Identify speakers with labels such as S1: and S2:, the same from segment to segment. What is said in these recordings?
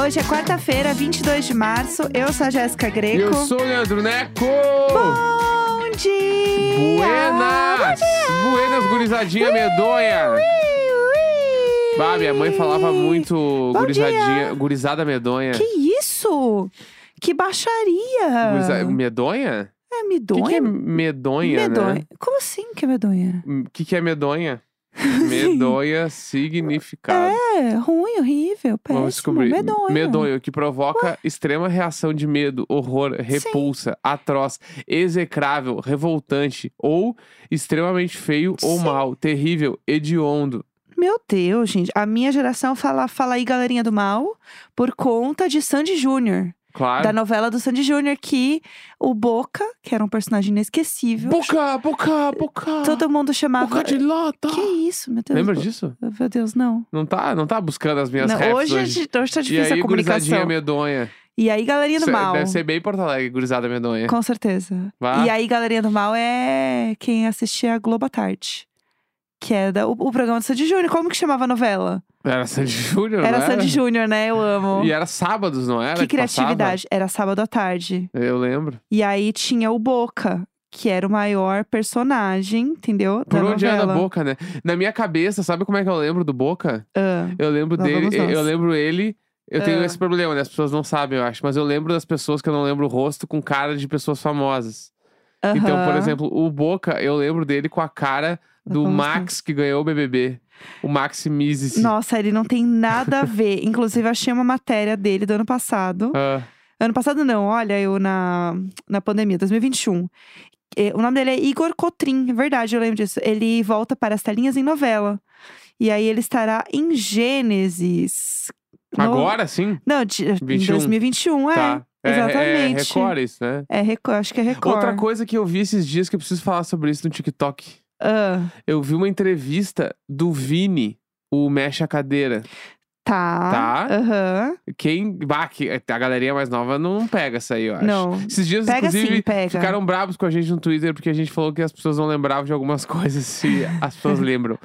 S1: Hoje é quarta-feira, 22 de março. Eu sou a Jéssica Greco.
S2: Eu sou o Leandro Neco!
S1: Bom dia!
S2: Buenas! Buenas, gurizadinha medonha!
S1: Ui, ui.
S2: Bah, minha mãe falava muito né? gurizadinha,
S1: dia.
S2: gurizada medonha.
S1: Que isso? Que baixaria!
S2: Guriza- medonha?
S1: É
S2: O que, que é
S1: ah! medonha?
S2: medonha, né?
S1: Como assim que é medonha?
S2: O que, que é medonha? Medonha significado.
S1: É, ruim, horrível, péssimo.
S2: Vamos descobrir.
S1: Medonha.
S2: Medonho, que provoca extrema reação de medo, horror, repulsa, atroz, execrável, revoltante ou extremamente feio ou
S1: Sim.
S2: mal, terrível, hediondo.
S1: Meu Deus, gente. A minha geração fala, fala aí, galerinha do mal, por conta de Sandy Júnior.
S2: Claro.
S1: Da novela do Sandy Júnior, que o Boca, que era um personagem inesquecível,
S2: Boca, boca, boca.
S1: todo mundo chamava.
S2: boca de lota.
S1: Que isso, meu Deus.
S2: Lembra disso?
S1: Meu Deus, não.
S2: Não tá, não tá buscando as minhas
S1: Não,
S2: raps
S1: hoje,
S2: hoje.
S1: hoje tá
S2: E
S1: difícil
S2: aí,
S1: a comunicação.
S2: gurizadinha medonha.
S1: E aí, galerinha do
S2: Cê-
S1: mal.
S2: Deve ser bem Porto Alegre, gurizada medonha.
S1: Com certeza.
S2: Vá.
S1: E aí, Galerinha do Mal é quem assistia a Globo à Tarde. Que é da- o, o programa do Sandy Júnior. Como que chamava a novela?
S2: Era Sandy Júnior,
S1: era
S2: não era?
S1: Sandy Júnior, né? Eu amo.
S2: E era sábados, não era?
S1: que
S2: passava?
S1: criatividade. Era sábado à tarde.
S2: Eu lembro.
S1: E aí tinha o Boca, que era o maior personagem, entendeu?
S2: Por
S1: da
S2: onde
S1: novela.
S2: anda a Boca, né? Na minha cabeça, sabe como é que eu lembro do Boca?
S1: Ah,
S2: Eu lembro
S1: Lá
S2: dele,
S1: vamos nós.
S2: eu lembro ele. Eu tenho
S1: Ah.
S2: esse problema, né? As pessoas não sabem, eu acho. Mas eu lembro das pessoas que eu não lembro o rosto com cara de pessoas famosas. Então, por
S1: aham.
S2: exemplo, o Boca, eu lembro dele com a cara do
S1: Vamos
S2: Max que ganhou o BBB. O Max Mises.
S1: Nossa, ele não tem nada a ver. Inclusive, achei uma matéria dele do ano passado.
S2: Ah,
S1: Ano passado não, olha, eu na, na pandemia, 2021. Eh, O nome dele é Igor Cotrim, é verdade, eu lembro disso. Ele volta para as telinhas em novela. E aí ele estará em Gênesis. No-
S2: agora sim?
S1: Não, de, em
S2: 21.
S1: 2021, é.
S2: tá. É,
S1: exatamente.
S2: É, Record isso, né?
S1: É Record, acho que é Record.
S2: Outra coisa que eu vi esses dias que eu preciso falar sobre isso no TikTok.
S1: Ah,
S2: Eu vi uma entrevista do Vini, o Mexe a Cadeira.
S1: tá.
S2: Tá.
S1: Aham.
S2: Quem. Bah, que- a galerinha mais nova não pega isso aí, eu acho.
S1: Não.
S2: Esses dias,
S1: Pega
S2: inclusive,
S1: sim, pega.
S2: ficaram bravos com a gente no Twitter porque a gente falou que as pessoas não lembravam de algumas coisas se as pessoas lembram.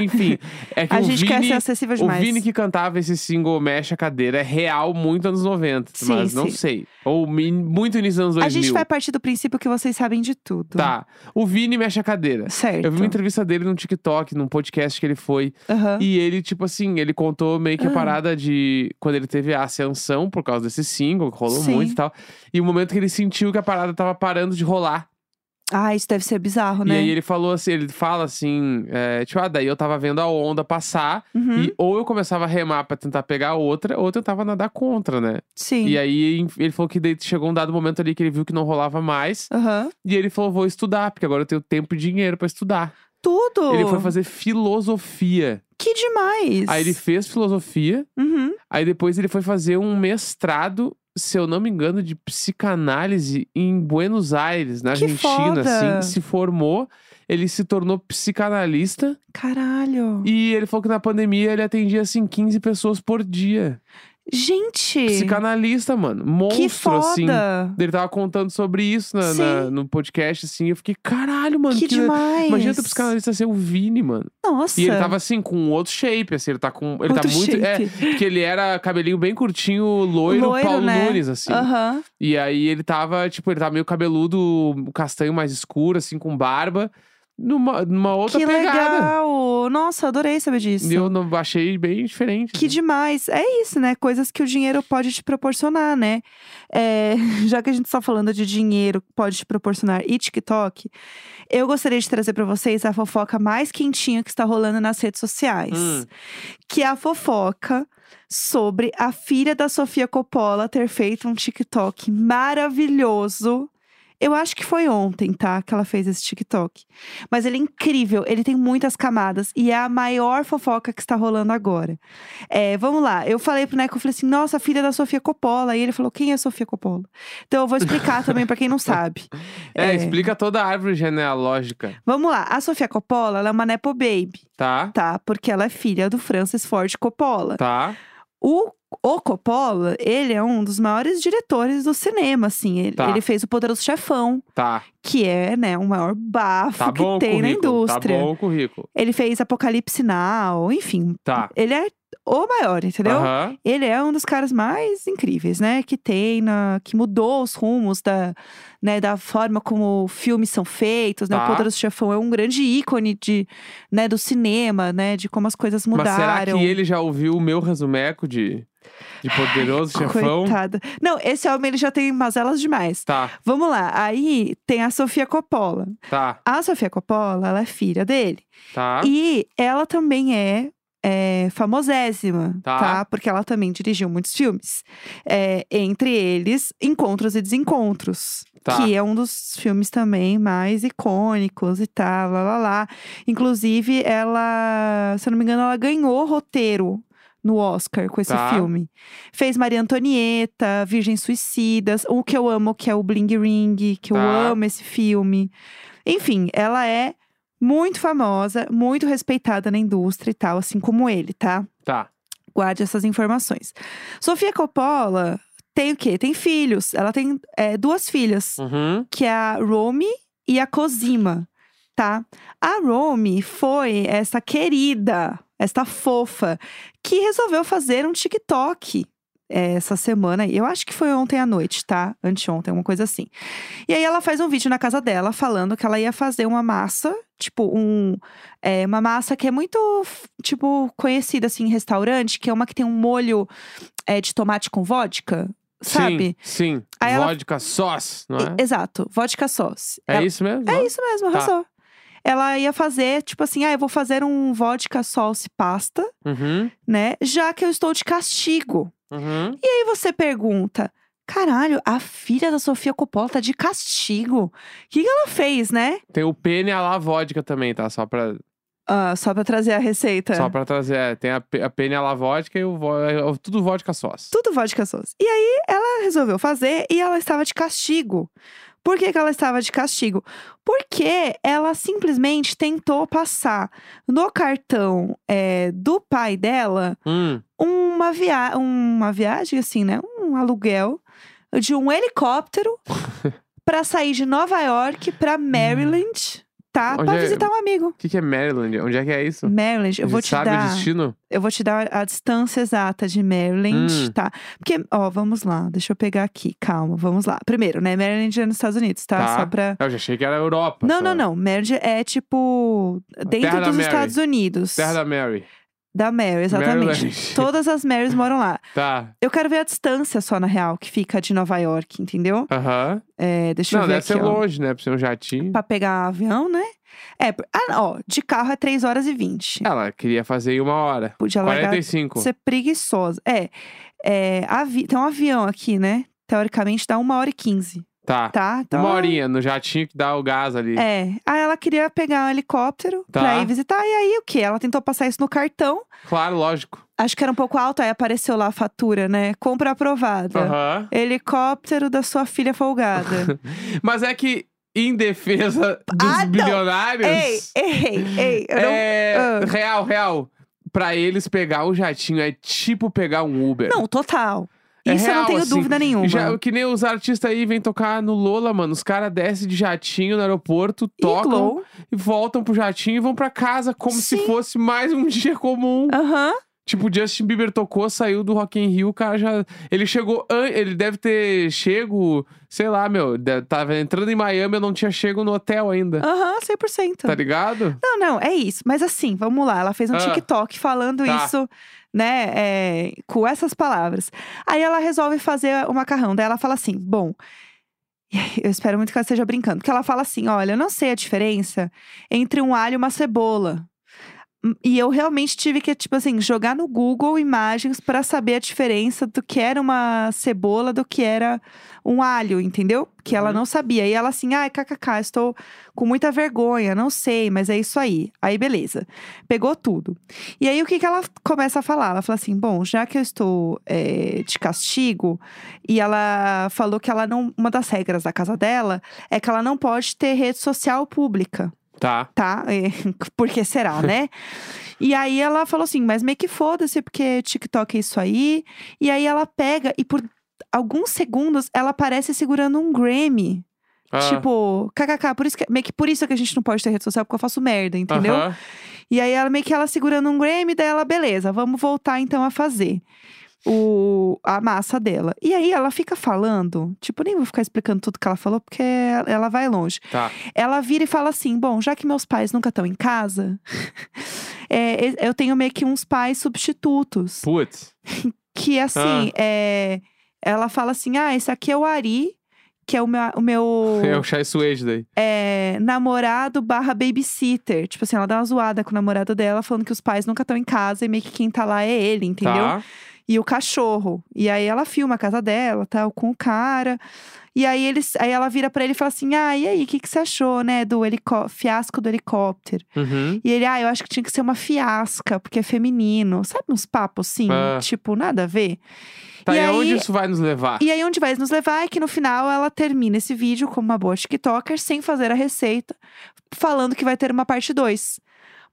S2: Enfim, é que
S1: A
S2: o
S1: gente
S2: Vini,
S1: quer ser acessível
S2: o
S1: demais.
S2: Vini que cantava esse single Mexe a Cadeira é real muito anos 90,
S1: Sim,
S2: mas não
S1: sim.
S2: sei. Ou min- muito início dos anos 2000.
S1: A gente vai partir do princípio que vocês sabem de tudo.
S2: Tá. O Vini mexe a cadeira.
S1: Certo.
S2: Eu vi uma entrevista dele no TikTok, num podcast que ele foi.
S1: Aham.
S2: E ele, tipo assim, ele contou meio que a
S1: Ah.
S2: parada de quando ele teve a ascensão por causa desse single, que rolou
S1: Sim.
S2: muito e tal. E o momento que ele sentiu que a parada tava parando de rolar.
S1: Ah, isso deve ser bizarro,
S2: E
S1: né?
S2: aí ele falou assim, ele fala assim, é, tipo, ah, daí eu tava vendo a onda passar.
S1: Uhum.
S2: E ou eu começava a remar pra tentar pegar a outra, ou eu tentava nadar contra, né?
S1: Sim.
S2: E aí ele falou que daí chegou um dado momento ali que ele viu que não rolava mais.
S1: Aham.
S2: E ele falou, vou estudar, porque agora eu tenho tempo e dinheiro pra estudar.
S1: Tudo!
S2: Ele foi fazer filosofia.
S1: Que demais!
S2: Aí ele fez filosofia,
S1: Uhum.
S2: aí depois ele foi fazer um mestrado, se eu não me engano, de psicanálise em Buenos Aires, na
S1: Que
S2: Argentina,
S1: foda!
S2: assim, se formou, ele se tornou psicanalista
S1: Caralho!
S2: e ele falou que na pandemia ele atendia assim 15 pessoas por dia.
S1: Gente!
S2: Psicanalista, mano,
S1: Que
S2: monstro
S1: foda!
S2: assim. Ele tava contando sobre isso na- na-
S1: Sim.
S2: no podcast, assim. Eu fiquei, caralho, mano.
S1: que demais!
S2: Imagina tu psicanalista ser o Vini, mano.
S1: Nossa!
S2: E ele tava assim, com outro shape, assim, ele tá com. Ele tá
S1: Outro
S2: muito. É,
S1: shape.
S2: porque ele era cabelinho bem curtinho, loiro,
S1: Loiro,
S2: Paulo
S1: né?
S2: Nunes, assim.
S1: Aham.
S2: E aí ele tava, tipo, ele tava meio cabeludo, castanho mais escuro, assim, com barba, numa, numa outra
S1: Que
S2: pegada.
S1: legal! Nossa, adorei saber disso.
S2: E eu não achei bem diferente.
S1: Que demais. É isso, né? Coisas que o dinheiro pode te proporcionar, né? É, já que a gente tá falando de dinheiro que pode te proporcionar e TikTok, eu gostaria de trazer pra vocês a fofoca mais quentinha que está rolando nas redes sociais.
S2: Hum.
S1: Que é a fofoca sobre a filha da Sofia Coppola ter feito um TikTok maravilhoso. Eu acho que foi ontem, tá? Que ela fez esse TikTok. Mas ele é incrível, ele tem muitas camadas e é a maior fofoca que está rolando agora. É, vamos lá, eu falei pro Neco, eu falei assim: nossa, a filha da Sofia Coppola. E ele falou: quem é Sofia Coppola? Então eu vou explicar também pra quem não sabe.
S2: É,
S1: É.
S2: explica toda a árvore genealógica,
S1: Vamos lá, a Sofia Coppola, ela é uma Nepo Baby,
S2: tá?
S1: tá? Porque ela é filha do Francis Ford Coppola.
S2: Tá.
S1: O, o Coppola, ele é um dos maiores diretores do cinema, assim. Ele,
S2: Tá.
S1: ele fez o Poderoso Chefão,
S2: Tá.
S1: que é, né, o maior bafo
S2: Tá
S1: que
S2: bom o
S1: tem na
S2: currículo.
S1: indústria.
S2: Tá bom o currículo.
S1: Ele fez Apocalipse Now, enfim.
S2: Tá.
S1: Ele é o maior, entendeu?
S2: Aham.
S1: Ele é um dos caras mais incríveis, né? Que tem, na, que mudou os rumos da, né, da forma como filmes são feitos, né?
S2: Tá.
S1: O Poderoso Chefão é um grande ícone de, né, do cinema, né? De como as coisas
S2: Mas
S1: mudaram.
S2: será que ele já ouviu o meu resumeco de, de Poderoso é Chefão?
S1: Coitada. Não, esse homem ele já tem mazelas demais.
S2: Tá,
S1: Vamos lá, aí tem a Sofia Coppola.
S2: tá,
S1: A Sofia Coppola, ela é filha dele.
S2: tá.
S1: E ela também é, é, famosésima,
S2: Tá.
S1: tá. Porque ela também dirigiu muitos filmes. É, entre eles, Encontros e Desencontros.
S2: Tá.
S1: Que é um dos filmes também mais icônicos e tal, lá, lá, lá. Inclusive, ela, se eu não me engano, ela ganhou roteiro no Oscar com esse
S2: Tá.
S1: filme. Fez Maria Antonieta, Virgem Suicidas, o que eu amo, que é o Bling Ring, que eu
S2: Tá.
S1: amo esse filme. Enfim, ela é muito famosa, muito respeitada na indústria e tal, assim como ele, tá?
S2: Tá.
S1: Guarde essas informações. Sofia Coppola tem o quê? Tem filhos. Ela tem é, duas filhas
S2: Uhum.
S1: que é a Romy e a Cosima, tá? A Romy foi essa querida, esta fofa, que resolveu fazer um TikTok é, essa semana. Eu acho que foi ontem à noite, tá? Anteontem, alguma coisa assim. E aí ela faz um vídeo na casa dela falando que ela ia fazer uma massa, tipo, um, é, uma massa que é muito, f- tipo, conhecida assim em restaurante, que é uma que tem um molho é, de tomate com vodka, sabe?
S2: Sim, sim.
S1: Aí ela-
S2: Vodka sauce, não é?
S1: E- Exato, vodka sauce.
S2: É
S1: Ela-
S2: isso mesmo?
S1: É isso mesmo,
S2: Tá.
S1: arrasou. Ela ia fazer, tipo assim, ah, eu vou fazer um vodka sauce pasta,
S2: Uhum,
S1: né? Já que eu estou de castigo.
S2: uhum.
S1: E aí você pergunta, caralho, a filha da Sofia Coppola tá de castigo. O que, que ela fez, né?
S2: Tem o pene à la vodka também, tá? Só pra,
S1: Ah, só pra trazer a receita.
S2: só pra trazer. é, tem a, pe- a pene à la vodka e o vo- é, o- tudo vodka sauce.
S1: Tudo vodka sauce. E aí ela resolveu fazer e ela estava de castigo. Por que, que ela estava de castigo? Porque ela simplesmente tentou passar no cartão eh, do pai dela
S2: Hum,
S1: uma, via uma viagem, assim, né? Um aluguel de um helicóptero pra sair de Nova York pra
S2: Hum.
S1: Maryland, tá?
S2: Onde
S1: Pra
S2: é?
S1: visitar um amigo.
S2: o que, que é Maryland? Onde é que é isso?
S1: Maryland, eu
S2: Ele
S1: vou te
S2: sabe o
S1: dar.
S2: destino?
S1: Eu vou te dar a distância exata de Maryland,
S2: Hum.
S1: tá? Porque, ó, vamos lá, deixa eu pegar aqui, calma, vamos lá. Primeiro, né? Maryland é nos Estados Unidos, tá?
S2: Tá.
S1: Só pra.
S2: Eu já achei que era Europa.
S1: Não,
S2: só.
S1: não, não. Maryland é tipo. Dentro
S2: terra da
S1: dos
S2: Mary.
S1: Estados Unidos.
S2: Terra da Mary.
S1: Da Mary, exatamente.
S2: Maryland.
S1: Todas as Marys moram lá.
S2: Tá.
S1: Eu quero ver a distância só, na real, que fica de Nova York, entendeu?
S2: Aham.
S1: É, deixa
S2: Não,
S1: eu ver
S2: deve
S1: aqui,
S2: ser
S1: ó.
S2: longe, né? Pra ser um jatinho.
S1: Pra pegar avião, né? É, por- ah, ó, de carro é 3 horas e 20.
S2: Ela queria fazer em uma hora.
S1: Podia largar
S2: 45.
S1: ser preguiçosa. É, é avi... tem um avião aqui, né? Teoricamente dá 1 hora e 15,
S2: Tá.
S1: tá? Então,
S2: Uma horinha no jatinho que dá o gás ali.
S1: É, aí ela queria pegar um helicóptero
S2: Tá.
S1: pra ir visitar. E aí, o quê? Ela tentou passar isso no cartão.
S2: Claro, lógico.
S1: Acho que era um pouco alto, aí apareceu lá a fatura, né? Compra aprovada.
S2: Aham.
S1: Helicóptero da sua filha folgada.
S2: Mas é que, em defesa dos
S1: Ah, não.
S2: bilionários,
S1: Ei, ei, ei, eu não.
S2: é
S1: Ah.
S2: real, real. Pra eles pegar o jatinho é tipo pegar um Uber.
S1: Não, total.
S2: É
S1: Isso eu
S2: real,
S1: não tenho
S2: assim,
S1: dúvida nenhuma.
S2: Já, que nem os artistas aí vêm tocar no Lola, mano. Os caras descem de jatinho no aeroporto,
S1: E
S2: tocam
S1: Glow.
S2: e voltam pro jatinho e vão pra casa como se
S1: Sim.
S2: fosse mais um dia comum.
S1: Aham.
S2: Tipo, Justin Bieber tocou, saiu do Rock in Rio, o cara já. Ele chegou. an- Ele deve ter chego, sei lá, meu. de- Tava entrando em Miami, eu não tinha chego no hotel ainda.
S1: Aham, 100%.
S2: Tá ligado?
S1: Não, não, é isso. Mas assim, vamos lá. Ela fez um
S2: Ah,
S1: TikTok falando
S2: tá.
S1: isso, né? é, com essas palavras. Aí ela resolve fazer o macarrão. Daí ela fala assim: bom. Eu espero muito que ela esteja brincando. Porque ela fala assim: olha, eu não sei a diferença entre um alho e uma cebola. Hum, E eu realmente tive que, tipo assim, jogar no Google imagens pra saber a diferença do que era uma cebola do que era um alho, entendeu? Que ela
S2: Uhum.
S1: não sabia. E ela assim, ai, kkk, estou com muita vergonha, não sei, mas é isso aí. Aí, beleza. Pegou tudo. E aí, o que, que ela começa a falar? Ela fala assim: bom, já que eu estou eh, de castigo, e ela falou que ela não. Uma das regras da casa dela é que ela não pode ter rede social pública
S2: Tá.
S1: tá? É, porque será, né? e aí ela falou assim, mas meio que foda-se, porque TikTok é isso aí. E aí ela pega e por alguns segundos ela aparece segurando um Grammy.
S2: Ah,
S1: Tipo, kkk, por isso que, meio que por isso que a gente não pode ter rede social, porque eu faço merda, entendeu?
S2: aham.
S1: E aí ela meio que ela segurando um Grammy, daí ela, beleza, vamos voltar então a fazer o, a massa dela. E aí ela fica falando, tipo, nem vou ficar explicando tudo que ela falou, porque ela vai longe.
S2: Tá.
S1: Ela vira e fala assim: bom, já que meus pais nunca estão em casa, é, e- eu tenho meio que uns pais substitutos.
S2: Putz.
S1: Que
S2: Ah.
S1: assim, é, ela fala assim: ah, esse aqui é o Ari, que é o meu. O meu
S2: É o Chai Suede daí.
S1: é, namorado barra babysitter. Tipo assim, ela dá uma zoada com o namorado dela, falando que os pais nunca estão em casa e meio que quem tá lá é ele, entendeu?
S2: Tá.
S1: E o cachorro. E aí ela filma a casa dela, tal, com o cara. E aí, eles, aí ela vira pra ele e fala assim: Ah, e aí, o que, que você achou, né? Do helicó- fiasco do helicóptero.
S2: Uhum.
S1: E ele, ah, eu acho que tinha que ser uma fiasca, porque é feminino. Sabe uns papos assim?
S2: Ah.
S1: Tipo, nada a ver.
S2: Tá,
S1: E
S2: e,
S1: aí-
S2: aonde isso vai nos levar?
S1: E aí, onde vai nos levar é que no final ela termina esse vídeo como uma boa TikToker, sem fazer a receita, falando que vai ter uma parte 2.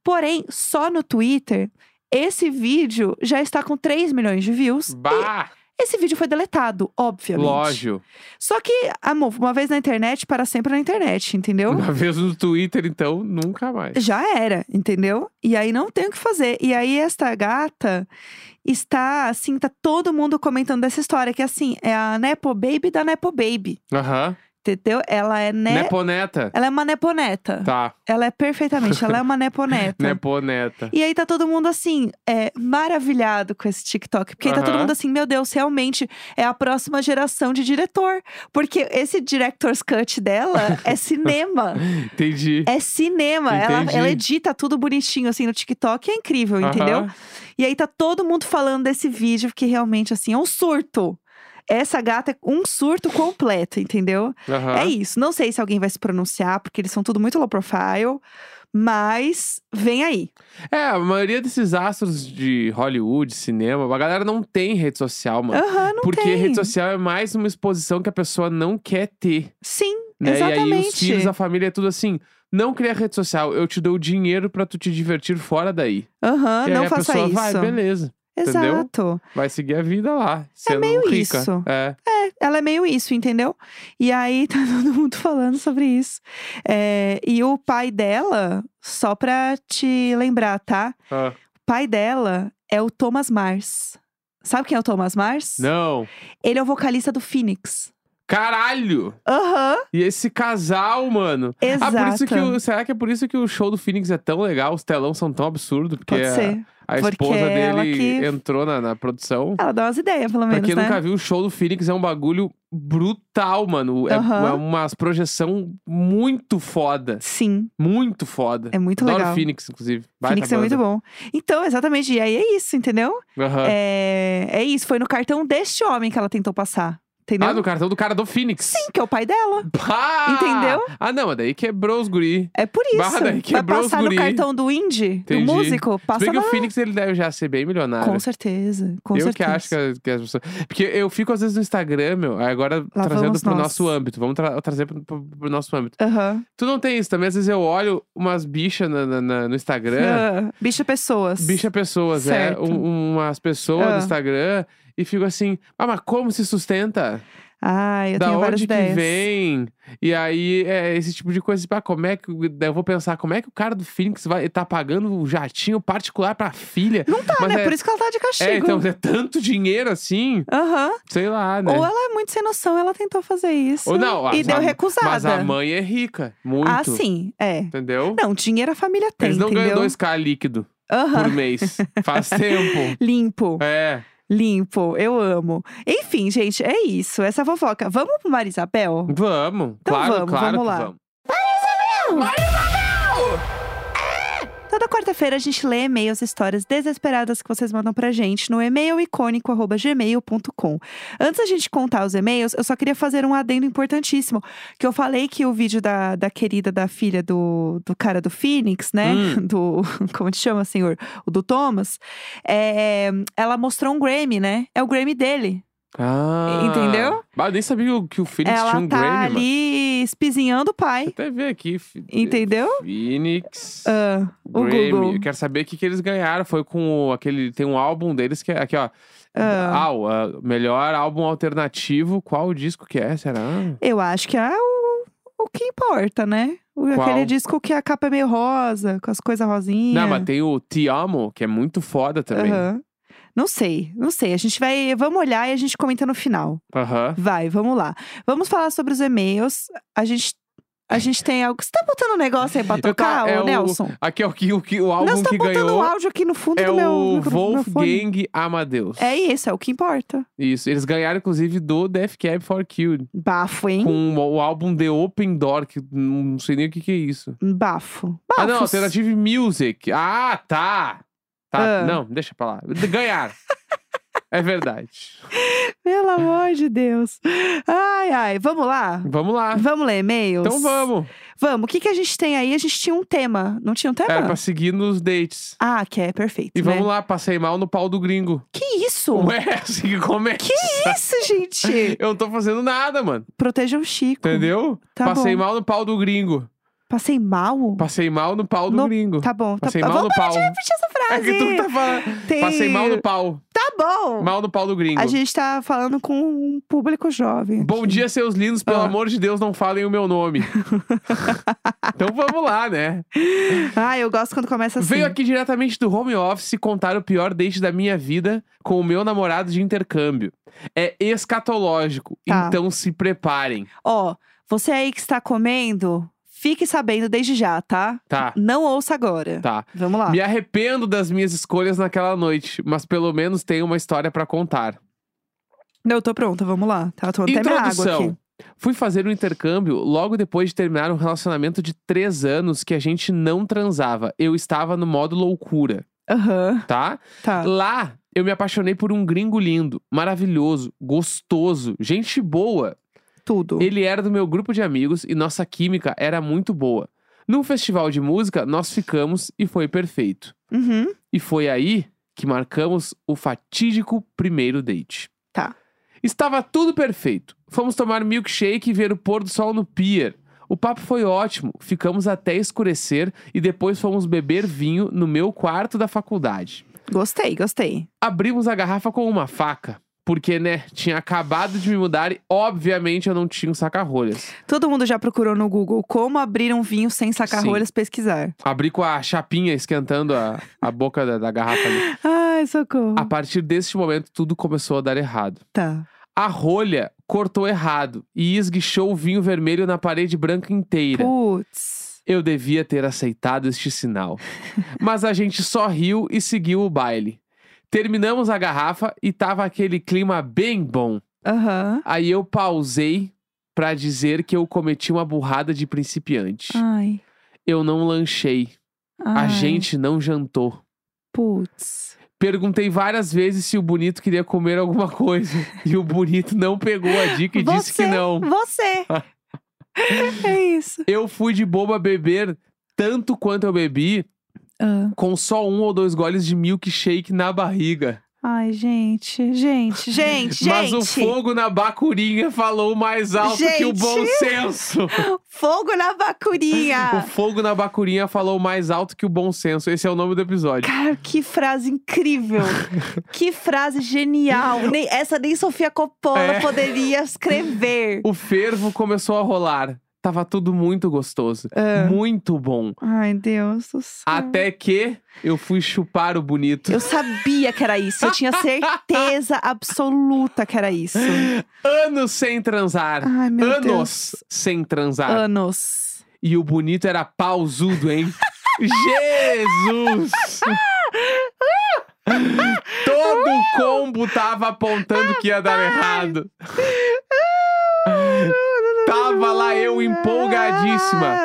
S1: Porém, só no Twitter, esse vídeo já está com 3 milhões de views.
S2: Bah!
S1: Esse vídeo foi deletado, obviamente.
S2: Lógico.
S1: Só que, amor, uma vez na internet, para sempre na internet, entendeu?
S2: Uma vez no Twitter, então, nunca mais.
S1: Já era, entendeu? E aí não tem o que fazer. E aí esta gata está, assim, tá todo mundo comentando dessa história, que assim, é a Nepo Baby da Nepo Baby.
S2: Aham.
S1: Entendeu? Ela é ne...
S2: Neponeta.
S1: Ela é uma neponeta.
S2: Tá.
S1: Ela é perfeitamente, ela é uma neponeta.
S2: Neponeta.
S1: E aí tá todo mundo assim, é, maravilhado com esse TikTok. Porque aí tá todo
S2: Aham.
S1: mundo assim, meu Deus, realmente é a próxima geração de diretor. Porque esse director's cut dela é cinema.
S2: Entendi.
S1: É cinema. Ela,
S2: Entendi.
S1: ela edita tudo bonitinho assim no TikTok. É incrível, entendeu?
S2: Aham.
S1: E aí tá todo mundo falando desse vídeo, porque realmente assim, é um surto. Essa gata é um surto completo, entendeu?
S2: Aham.
S1: É isso. Não sei se alguém vai se pronunciar, porque eles são tudo muito low profile. Mas vem aí.
S2: É, a maioria desses astros de Hollywood, cinema, a galera não tem rede social, mano.
S1: Aham, não
S2: porque
S1: tem.
S2: rede social é mais uma exposição que a pessoa não quer ter.
S1: Sim,
S2: Né? E aí os
S1: Exatamente.
S2: filhos, a família, é tudo assim. Não cria rede social, eu te dou dinheiro pra tu te divertir fora daí.
S1: aham,
S2: e aí
S1: não
S2: a
S1: faça
S2: pessoa
S1: isso.
S2: vai, beleza. entendeu?
S1: Exato.
S2: Vai seguir a vida lá. Sendo
S1: meio
S2: rica.
S1: isso.
S2: É.
S1: Ela é meio isso, entendeu? E aí tá todo mundo falando sobre isso. É, e o pai dela, só pra te lembrar, tá?
S2: Ah,
S1: O pai dela é o Thomas Mars. Sabe quem é o Thomas Mars?
S2: Não.
S1: Ele é o vocalista do Phoenix.
S2: Caralho!
S1: Aham,
S2: E esse casal, mano. Ah,
S1: exato.
S2: por isso que o, será que é por isso que o show do Phoenix é tão legal? Os telão são tão absurdos? Porque
S1: Pode
S2: a-
S1: ser.
S2: a,
S1: Porque
S2: esposa
S1: ela
S2: dele
S1: que-
S2: entrou na, na produção.
S1: Ela dá umas ideias, pelo menos,
S2: pra quem
S1: né?
S2: nunca viu, o show do Phoenix é um bagulho brutal, mano. É,
S1: Aham.
S2: é umas projeção muito foda.
S1: Sim,
S2: Muito foda.
S1: é muito
S2: Adoro
S1: legal.
S2: Phoenix, inclusive.
S1: Phoenix é muito bom. Então, exatamente. E aí é isso, entendeu?
S2: bom.
S1: É, é isso. Foi no cartão deste homem que ela tentou passar. Entendeu?
S2: Ah, no cartão do cara do Phoenix.
S1: Sim, que é o pai dela.
S2: Pá!
S1: Entendeu?
S2: Ah, não, mas daí quebrou os guri.
S1: É por isso.
S2: Bah, daí
S1: Vai
S2: quebrou os
S1: passar no
S2: guri.
S1: cartão do indie, do
S2: Entendi.
S1: músico,
S2: Se
S1: passa
S2: bem que
S1: na...
S2: o Phoenix ele deve já ser bem milionário.
S1: Com certeza, com
S2: eu
S1: certeza.
S2: que acho que, é as- que as pessoas. Porque eu fico às vezes no Instagram, meu, agora
S1: Lá
S2: trazendo
S1: vamos
S2: pro
S1: nós.
S2: nosso âmbito. Vamos tra- trazer pro, pro- pro nosso âmbito.
S1: Aham.
S2: Tu não tem isso também? Às vezes eu olho umas bichas na- na- na- no Instagram.
S1: Ah, Bicha pessoas.
S2: Bicha pessoas,
S1: Certo.
S2: é. Um- umas pessoas
S1: Ah.
S2: no Instagram e fico assim, ah, mas como se sustenta?
S1: Ai, eu
S2: da
S1: tenho várias
S2: onde que
S1: ideias.
S2: vem? E aí, é esse tipo de coisa, tipo, ah, como é que. Daí eu vou pensar, como é que o cara do Phoenix vai tá pagando um jatinho particular pra filha? Não tá,
S1: Ah, né?
S2: é,
S1: Por isso que ela tá de castigo.
S2: é, então é tanto dinheiro assim,
S1: Aham.
S2: sei lá, né?
S1: Ou ela é muito sem noção, ela tentou fazer isso.
S2: Ou não,
S1: e
S2: as-
S1: deu
S2: a-
S1: recusada.
S2: Mas a mãe é rica, muito.
S1: Ah, sim, é.
S2: Entendeu?
S1: Não, dinheiro a família tem,
S2: Eles não
S1: entendeu?
S2: ganham 2K líquido
S1: Aham.
S2: por mês. Faz tempo.
S1: Limpo,
S2: É.
S1: limpo, eu amo. Enfim, gente, é isso, essa fofoca. Vamos pro Marisabel?
S2: Vamos. claro,
S1: Então vamos,
S2: claro
S1: vamos
S2: que
S1: lá.
S2: vamos.
S1: Toda quarta-feira a gente lê e-mails, histórias desesperadas que vocês mandam pra gente no e-mail icônico.gmail.com. Antes da gente contar os e-mails, eu só queria fazer um adendo importantíssimo. Que eu falei que o vídeo da, da querida da filha do, do cara do Phoenix, né?
S2: Hum.
S1: Do. Como te chama, senhor? O do Thomas. é, ela mostrou um Grammy, né? É o Grammy dele.
S2: Ah.
S1: Entendeu?
S2: Bah, eu nem sabia o- que o Phoenix
S1: ela
S2: tinha um
S1: tá
S2: Grammy, mano.
S1: ali espizinhando o pai.
S2: Até ver aqui. fi-
S1: Entendeu?
S2: Phoenix.
S1: Ah, o
S2: Grammy.
S1: Google.
S2: Eu quero saber o que, que eles ganharam. Foi com o- aquele. Tem um álbum deles que é. Aqui, ó. Ah, o ah, melhor álbum alternativo. Qual o disco que é? Será?
S1: Eu acho que é o. o que importa, né? O-
S2: Qual?
S1: Aquele disco que a capa é meio rosa, com as coisas rosinhas.
S2: Não, mas tem o Te Amo, que é muito foda também. Aham.
S1: Aham. Não sei, não sei. A gente vai. Vamos olhar e a gente comenta no final. Vai, vamos lá. Vamos falar sobre os e-mails. A gente, a gente tem algo. Você tá botando um negócio aí pra
S2: Eu
S1: trocar,
S2: tá- é
S1: ô,
S2: o-
S1: Nelson?
S2: Aqui é o, que, o, que, o álbum
S1: Não, você tá
S2: que
S1: botando
S2: ganhou.
S1: um áudio aqui no fundo
S2: é
S1: do meu.
S2: o
S1: micro- meu fone.
S2: Wolfgang Amadeus.
S1: É isso, é o que importa.
S2: Isso. Eles ganharam, inclusive, do Death Cab for Killed.
S1: Bafo, hein?
S2: Com o, o álbum The Open Door, que não sei nem o que, que é isso.
S1: Bafo.
S2: Ah, não,
S1: Bafos.
S2: Alternative Music. Ah, tá.
S1: Ah.
S2: Tá, não, deixa pra lá. Ganharam. é verdade.
S1: Pelo amor de Deus. Ai, ai, vamos lá?
S2: Vamos lá.
S1: Vamos ler e-mails?
S2: Ah. Então vamos.
S1: Vamos, o que, que a gente tem aí? A gente tinha um tema. Não tinha um tema?
S2: Era É, pra seguir nos dates.
S1: Ah, que é, perfeito.
S2: E vamos
S1: né?
S2: lá, passei mal no pau do gringo.
S1: Que isso?
S2: Ué, assim que começa.
S1: Que isso, gente?
S2: Eu não tô fazendo nada, mano.
S1: Protejam o Chico.
S2: Entendeu?
S1: Tá
S2: Passei
S1: bom.
S2: mal no pau do gringo.
S1: Passei mal?
S2: Passei mal no pau do
S1: No-
S2: gringo.
S1: Tá bom, tá
S2: Passei
S1: bom.
S2: mal
S1: Vamos
S2: no pau.
S1: repetir essa
S2: É
S1: frase.
S2: que tu que tá falando.
S1: Tem-
S2: Passei mal no pau.
S1: Tá bom.
S2: Mal no pau do gringo.
S1: A gente tá falando com um público jovem. aqui.
S2: Bom dia, seus lindos. Pelo
S1: Ah.
S2: amor de Deus, não falem o meu nome. então vamos lá, né?
S1: Ah, eu gosto quando começa assim.
S2: Veio aqui diretamente do home office contar o pior date da minha vida com o meu namorado de intercâmbio. É escatológico,
S1: Tá.
S2: então se preparem.
S1: Ó, você aí que está comendo, fique sabendo desde já, tá?
S2: Tá,
S1: Não ouça agora.
S2: tá.
S1: Vamos lá.
S2: Me arrependo das minhas escolhas naquela noite, mas pelo menos tenho uma história pra contar.
S1: Eu tô pronta, vamos lá. Tá tomando até minha água
S2: Introdução.
S1: aqui.
S2: Fui fazer um intercâmbio logo depois de terminar um relacionamento de três anos que a gente não transava. Eu estava no modo loucura,
S1: Aham,
S2: tá?
S1: tá.
S2: Lá, eu me apaixonei por um gringo lindo, maravilhoso, gostoso, gente boa.
S1: Tudo.
S2: Ele era do meu grupo de amigos e nossa química era muito boa. Num festival de música, nós ficamos e foi perfeito.
S1: Uhum.
S2: E foi aí que marcamos o fatídico primeiro date.
S1: Tá.
S2: Estava tudo perfeito. Fomos tomar milkshake e ver o pôr do sol no pier. O papo foi ótimo, ficamos até escurecer e depois fomos beber vinho no meu quarto da faculdade.
S1: Gostei, gostei.
S2: Abrimos a garrafa com uma faca, porque, né, tinha acabado de me mudar e, obviamente, eu não tinha um saca-rolhas.
S1: Todo mundo já procurou no Google como abrir um vinho sem
S2: Sim.
S1: sacar-rolhas pesquisar.
S2: Abri com a chapinha esquentando a, a boca da, da garrafa ali.
S1: Ai, socorro.
S2: A partir deste momento, tudo começou a dar errado.
S1: Ah, Tá.
S2: A rolha cortou errado e esguichou o vinho vermelho na parede branca inteira.
S1: Putz.
S2: Eu devia ter aceitado este sinal. Mas a gente só riu e seguiu o baile. Terminamos a garrafa e tava aquele clima bem bom.
S1: Aham.
S2: Aí eu pausei pra dizer que eu cometi uma burrada de principiante.
S1: Ai.
S2: Eu não lanchei. A
S1: Ah. ai,
S2: gente não jantou.
S1: Putz.
S2: Perguntei várias vezes se o bonito queria comer alguma coisa. e o bonito não pegou a dica e disse que
S1: Você-
S2: não.
S1: Você! é isso.
S2: Eu fui de boba beber tanto quanto eu bebi,
S1: Ah.
S2: com só um ou dois goles de milkshake na barriga.
S1: Ai, gente, gente, gente,
S2: Mas o
S1: gente.
S2: fogo na bacurinha falou mais alto que o
S1: Gente! Ah.
S2: bom senso.
S1: Fogo na
S2: o
S1: bacurinha!
S2: fogo na bacurinha falou mais alto que o bom senso. Esse é o nome do episódio.
S1: Cara, que frase incrível! que frase genial! Nem, essa nem Sofia Coppola
S2: É.
S1: poderia escrever.
S2: O fervo começou a rolar. Tava tudo muito gostoso.
S1: Ah.
S2: Muito bom.
S1: Ai, Deus do céu.
S2: Até que eu fui chupar o bonito.
S1: Ah. Eu sabia que era isso. Eu tinha certeza absoluta que era isso.
S2: Anos sem transar.
S1: Ai, meu
S2: Anos
S1: Deus.
S2: sem transar.
S1: Anos.
S2: E o bonito era pausudo, hein? Jesus! Todo combo tava apontando que ia dar errado. Tava lá eu empolgadíssima,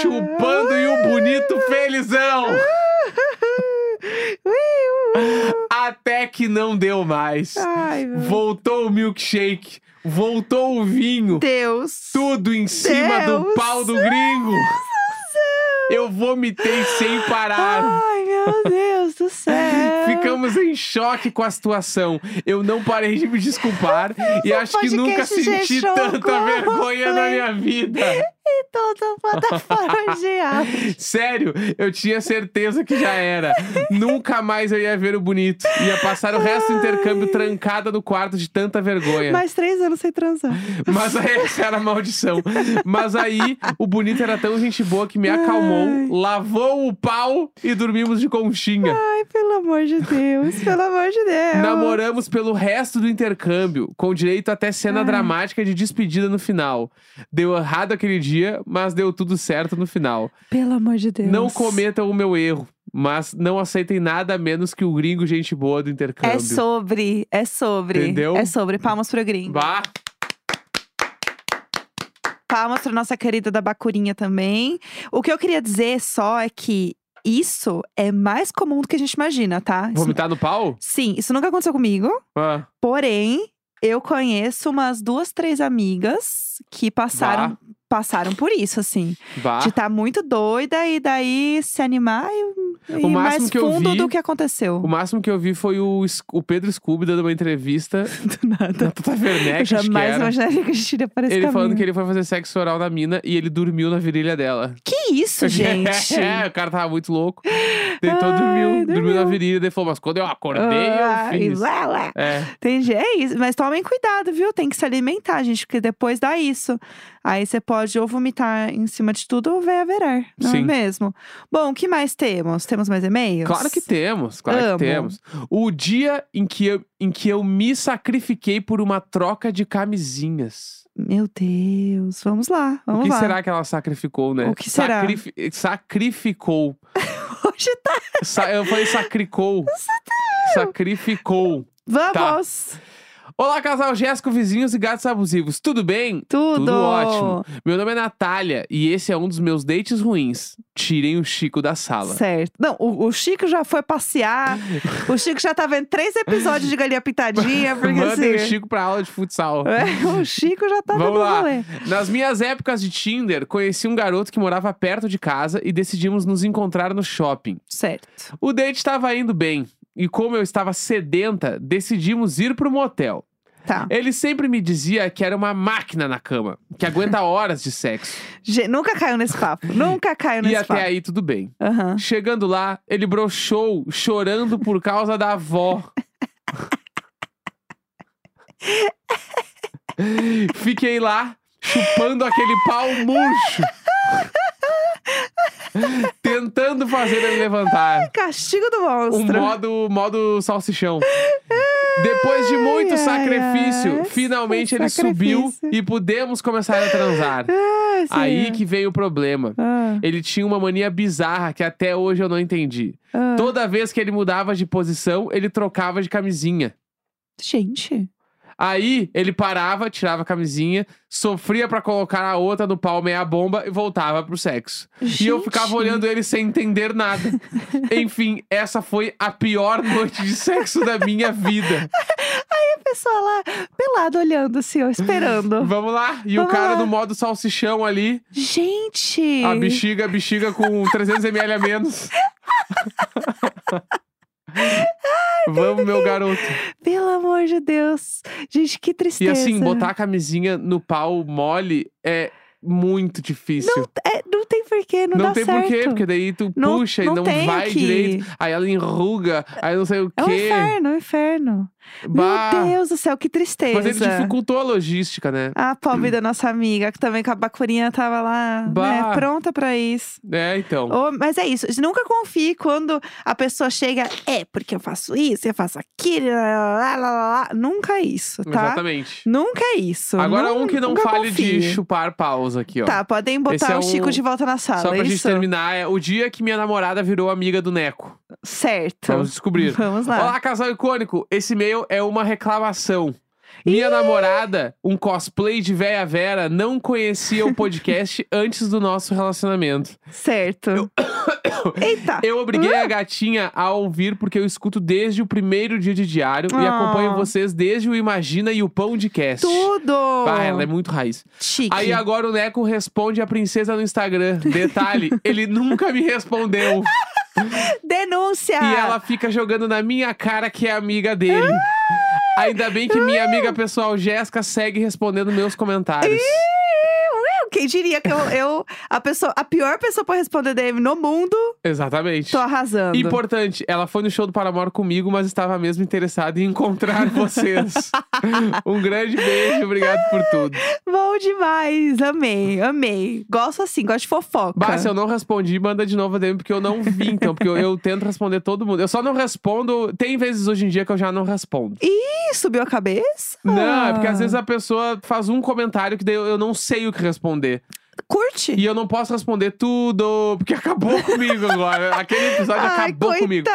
S2: chupando e o bonito felizão. Até que não deu mais.
S1: Ai, meu
S2: Voltou o milkshake, voltou o vinho,
S1: Deus.
S2: tudo em cima do
S1: Deus.
S2: pau do gringo. Eu vomitei sem parar.
S1: Ai, meu Deus do céu.
S2: Ficamos em choque com a situação. Eu não parei de me desculpar e acho que nunca
S1: podcast
S2: senti
S1: deixou
S2: tanta
S1: com
S2: vergonha na
S1: play.
S2: minha vida.
S1: em todas as plataformas de áudio.
S2: Sério, eu tinha certeza que já era. Nunca mais eu ia ver o bonito. Ia passar o resto do intercâmbio trancada no quarto de tanta vergonha.
S1: Mais três anos sem transar.
S2: Mas aí, essa era a maldição. Mas aí, o bonito era tão gente boa que me acalmou,
S1: Ai.
S2: lavou o pau e dormimos de conchinha.
S1: Ai, pelo amor de Deus, pelo amor de Deus.
S2: Namoramos pelo resto do intercâmbio, com direito até cena dramática de despedida no final. Deu errado aquele dia, mas deu tudo certo no final.
S1: Pelo amor de Deus.
S2: Não cometam o meu erro, mas não aceitem nada menos que o gringo gente boa do intercâmbio.
S1: É sobre, é sobre.
S2: Entendeu?
S1: É sobre. Palmas pro gringo.
S2: Bah,
S1: Palmas pra nossa querida da Bacurinha também. O que eu queria dizer só é que isso é mais comum do que a gente imagina, tá? Isso-
S2: vomitar no pau?
S1: sim, isso nunca aconteceu comigo.
S2: Ah,
S1: Porém, eu conheço umas duas, três amigas que passaram, passaram por isso, assim.
S2: bah.
S1: De estar muito doida e daí se animar e, e
S2: máximo
S1: ir mais
S2: que eu
S1: fundo
S2: vi-
S1: do que aconteceu.
S2: O máximo que eu vi foi o, Sc- o Pedro Scooby dando uma entrevista
S1: Do nada.
S2: na Tata
S1: Eu
S2: Werneck, tá né? acho que
S1: jamais
S2: era.
S1: imaginaria que a gente iria para esse
S2: Ele
S1: caminho.
S2: falando que ele foi fazer sexo oral na mina e ele dormiu na virilha dela.
S1: Que isso, gente?
S2: é, o cara tava muito louco. Deitou,
S1: Ai,
S2: dormiu, dormiu.
S1: dormiu.
S2: na virilha. Daí falou, mas quando eu acordei,
S1: Ah,
S2: eu fiz.
S1: e lá, lá.
S2: É,
S1: Entendi. É isso. Mas tomem cuidado, viu? Tem que se alimentar, gente, porque depois dá isso. Aí você pode ou vomitar em cima de tudo ou ver a verar. Não
S2: Sim.
S1: é mesmo? Bom, o que mais temos? Temos mais e-mails?
S2: claro que temos, claro
S1: Amo.
S2: que temos. O dia em que, eu, em que eu me sacrifiquei por uma troca de camisinhas.
S1: Meu Deus. Vamos lá. Vamos
S2: o que
S1: lá.
S2: será que ela sacrificou, né?
S1: O que será?
S2: Sacrifi- Sacrificou.
S1: Hoje tá.
S2: Sa- eu falei sacrificou. Sacrificou.
S1: Vamos!
S2: Tá. Olá, casal Jéssico, vizinhos e gatos abusivos. Tudo bem?
S1: Tudo.
S2: Tudo ótimo. Meu nome é Natália e esse é um dos meus dates ruins. Tirem o Chico da sala.
S1: Certo. Não, o, o Chico já foi passear. o Chico já tá vendo três episódios de Galinha Pintadinha, porque
S2: Mandem o
S1: assim.
S2: Chico pra aula de futsal.
S1: É, o Chico já tá
S2: Vamos
S1: dando
S2: lá.
S1: rolê.
S2: Nas minhas épocas de Tinder, conheci um garoto que morava perto de casa e decidimos nos encontrar no shopping.
S1: Certo.
S2: O date estava indo bem e, como eu estava sedenta, decidimos ir pro motel.
S1: Tá.
S2: Ele sempre me dizia que era uma máquina na cama, que aguenta horas de sexo.
S1: Ge- nunca caiu nesse papo. nunca caiu
S2: E
S1: nesse
S2: até
S1: papo.
S2: aí tudo bem.
S1: Aham.
S2: Chegando lá, ele broxou chorando por causa da avó. Fiquei lá chupando aquele pau murcho. Tentando fazer ele levantar.
S1: Castigo do
S2: O
S1: monstro.
S2: modo, modo salsichão. Depois de muito
S1: ai,
S2: sacrifício,
S1: ai.
S2: finalmente ele
S1: Sacrifício.
S2: subiu e pudemos começar a transar.
S1: Ah, sim.
S2: Aí que veio o problema.
S1: Ah,
S2: Ele tinha uma mania bizarra que até hoje eu não entendi.
S1: ah.
S2: Toda vez que ele mudava de posição, ele trocava de camisinha.
S1: Gente.
S2: Aí ele parava, tirava a camisinha, sofria pra colocar a outra no pau meia bomba e voltava pro sexo. E eu
S1: Gente.
S2: ficava olhando ele sem entender nada. Enfim, essa foi a pior noite de sexo da minha vida.
S1: E a pessoa lá, pelado, olhando assim, ó, esperando.
S2: Vamos lá. E o
S1: Vamos
S2: cara
S1: lá.
S2: no modo salsichão ali,
S1: Gente.
S2: a bexiga, a bexiga com 300ml a menos. Vamos, meu garoto.
S1: Pelo amor de Deus. Gente, que
S2: E
S1: tristeza.
S2: assim, botar a camisinha no pau mole é muito difícil.
S1: É, não tem porquê, não, dá
S2: tem
S1: certo.
S2: porquê, porque daí tu
S1: Não-
S2: puxa
S1: não
S2: e não
S1: tem
S2: vai
S1: aqui.
S2: direito. Aí ela enruga, aí não sei o
S1: É um
S2: quê.
S1: inferno, é um inferno.
S2: Bah.
S1: Meu Deus do céu, que tristeza.
S2: Mas ele dificultou a logística, né?
S1: A pobre da nossa amiga, que também com a bacurinha tava lá,
S2: Bah.
S1: né, pronta pra isso.
S2: É, então.
S1: Ô, mas é isso, nunca confie quando a pessoa chega, é, porque eu faço isso, eu faço aquilo, lá, lá, lá, lá, lá." Nunca é isso, tá?
S2: Exatamente.
S1: Nunca é isso.
S2: Agora
S1: Nun-
S2: um que não
S1: nunca
S2: fale
S1: confie.
S2: de chupar paus aqui, ó.
S1: Tá, podem botar
S2: é
S1: o Chico
S2: um-
S1: de volta na sala,
S2: Só pra gente
S1: isso?
S2: terminar, é o dia que minha namorada virou amiga do Neco.
S1: Certo.
S2: Vamos descobrir.
S1: Vamos lá.
S2: Olá, casal icônico. Esse e-mail é uma reclamação. Minha namorada, um cosplay de véia Vera, não conhecia o podcast antes do nosso relacionamento.
S1: Certo. Eita!
S2: Eu obriguei
S1: Hum.
S2: a gatinha a ouvir porque eu escuto desde o primeiro dia de diário e
S1: Ah.
S2: acompanho vocês desde o Imagina e o Pão de Cast.
S1: Tudo!
S2: Ah, ela é muito raiz.
S1: Chique.
S2: Aí agora o Neco responde a princesa no Instagram. Detalhe, ele nunca me respondeu.
S1: Denúncia!
S2: E ela fica jogando na minha cara que é amiga dele.
S1: Ah.
S2: Ainda bem que minha amiga pessoal Jéssica segue respondendo meus comentários.
S1: Ih, ué, Quem diria que eu, eu a, pessoa, a pior pessoa pra responder DM no mundo,
S2: Exatamente.
S1: tô arrasando.
S2: Importante, ela foi no show do Paramore comigo, mas estava mesmo interessada em encontrar vocês. um grande beijo, obrigado por tudo.
S1: Bom demais, amei, amei. Gosto assim, gosto de fofoca.
S2: Bah, se eu não respondi, manda de novo a DM, porque eu não vi, então. Porque eu, eu tento responder todo mundo. Eu só não respondo. Tem vezes hoje em dia que eu já não respondo.
S1: Ih, subiu a cabeça?
S2: Não, é porque
S1: Ah.
S2: às vezes a pessoa faz um comentário que daí eu, eu não sei o que responder.
S1: Curte?
S2: E eu não posso responder tudo, porque acabou comigo agora. Aquele episódio
S1: Ai,
S2: acabou
S1: coitada,
S2: comigo.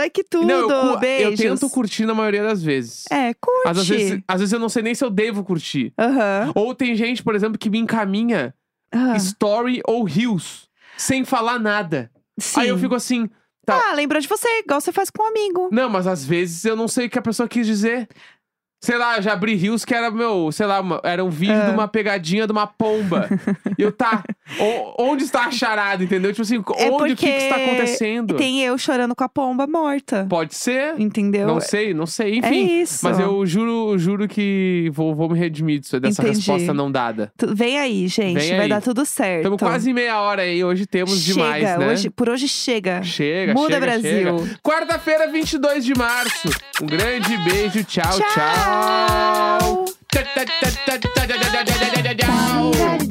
S1: ai que tudo,
S2: Não, eu, cu- eu
S1: beijos.
S2: tento curtir na maioria das vezes.
S1: É, curte.
S2: Às vezes, às vezes eu não sei nem se eu devo curtir.
S1: Aham.
S2: Ou tem gente, por exemplo, que me encaminha
S1: Ah,
S2: story ou reels, sem falar nada.
S1: sim.
S2: Aí eu fico assim, tá.
S1: Ah, lembrou de você, igual você faz com um amigo.
S2: não, mas às vezes eu não sei o que a pessoa quis dizer. Sei lá, já abri reels que era meu, sei lá, uma- era um vídeo
S1: Ah.
S2: de uma pegadinha de uma pomba. e eu tá, o- onde está a charada, entendeu? Tipo assim, onde o que, que está
S1: É porque
S2: acontecendo?
S1: Tem eu chorando com a pomba morta.
S2: Pode ser,
S1: Entendeu?
S2: não sei, não
S1: é
S2: sei, enfim.
S1: isso.
S2: Mas eu juro, juro que vou, vou me redimir disso, dessa
S1: Entendi.
S2: resposta não dada.
S1: Tu- Vem aí, gente.
S2: Vem
S1: vai
S2: aí.
S1: dar tudo certo.
S2: Estamos quase em meia hora aí, hoje temos
S1: Então. chega,
S2: demais, né?
S1: hoje, por hoje chega.
S2: Chega,
S1: Muda,
S2: chega,
S1: Brasil.
S2: chega. Quarta-feira, 22 de março. Um grande beijo, tchau, tchau.
S1: Tchau.
S2: Tchau, tchau, tchau, tchau, tchau, tchau, tchau, tchau, tchau, tchau.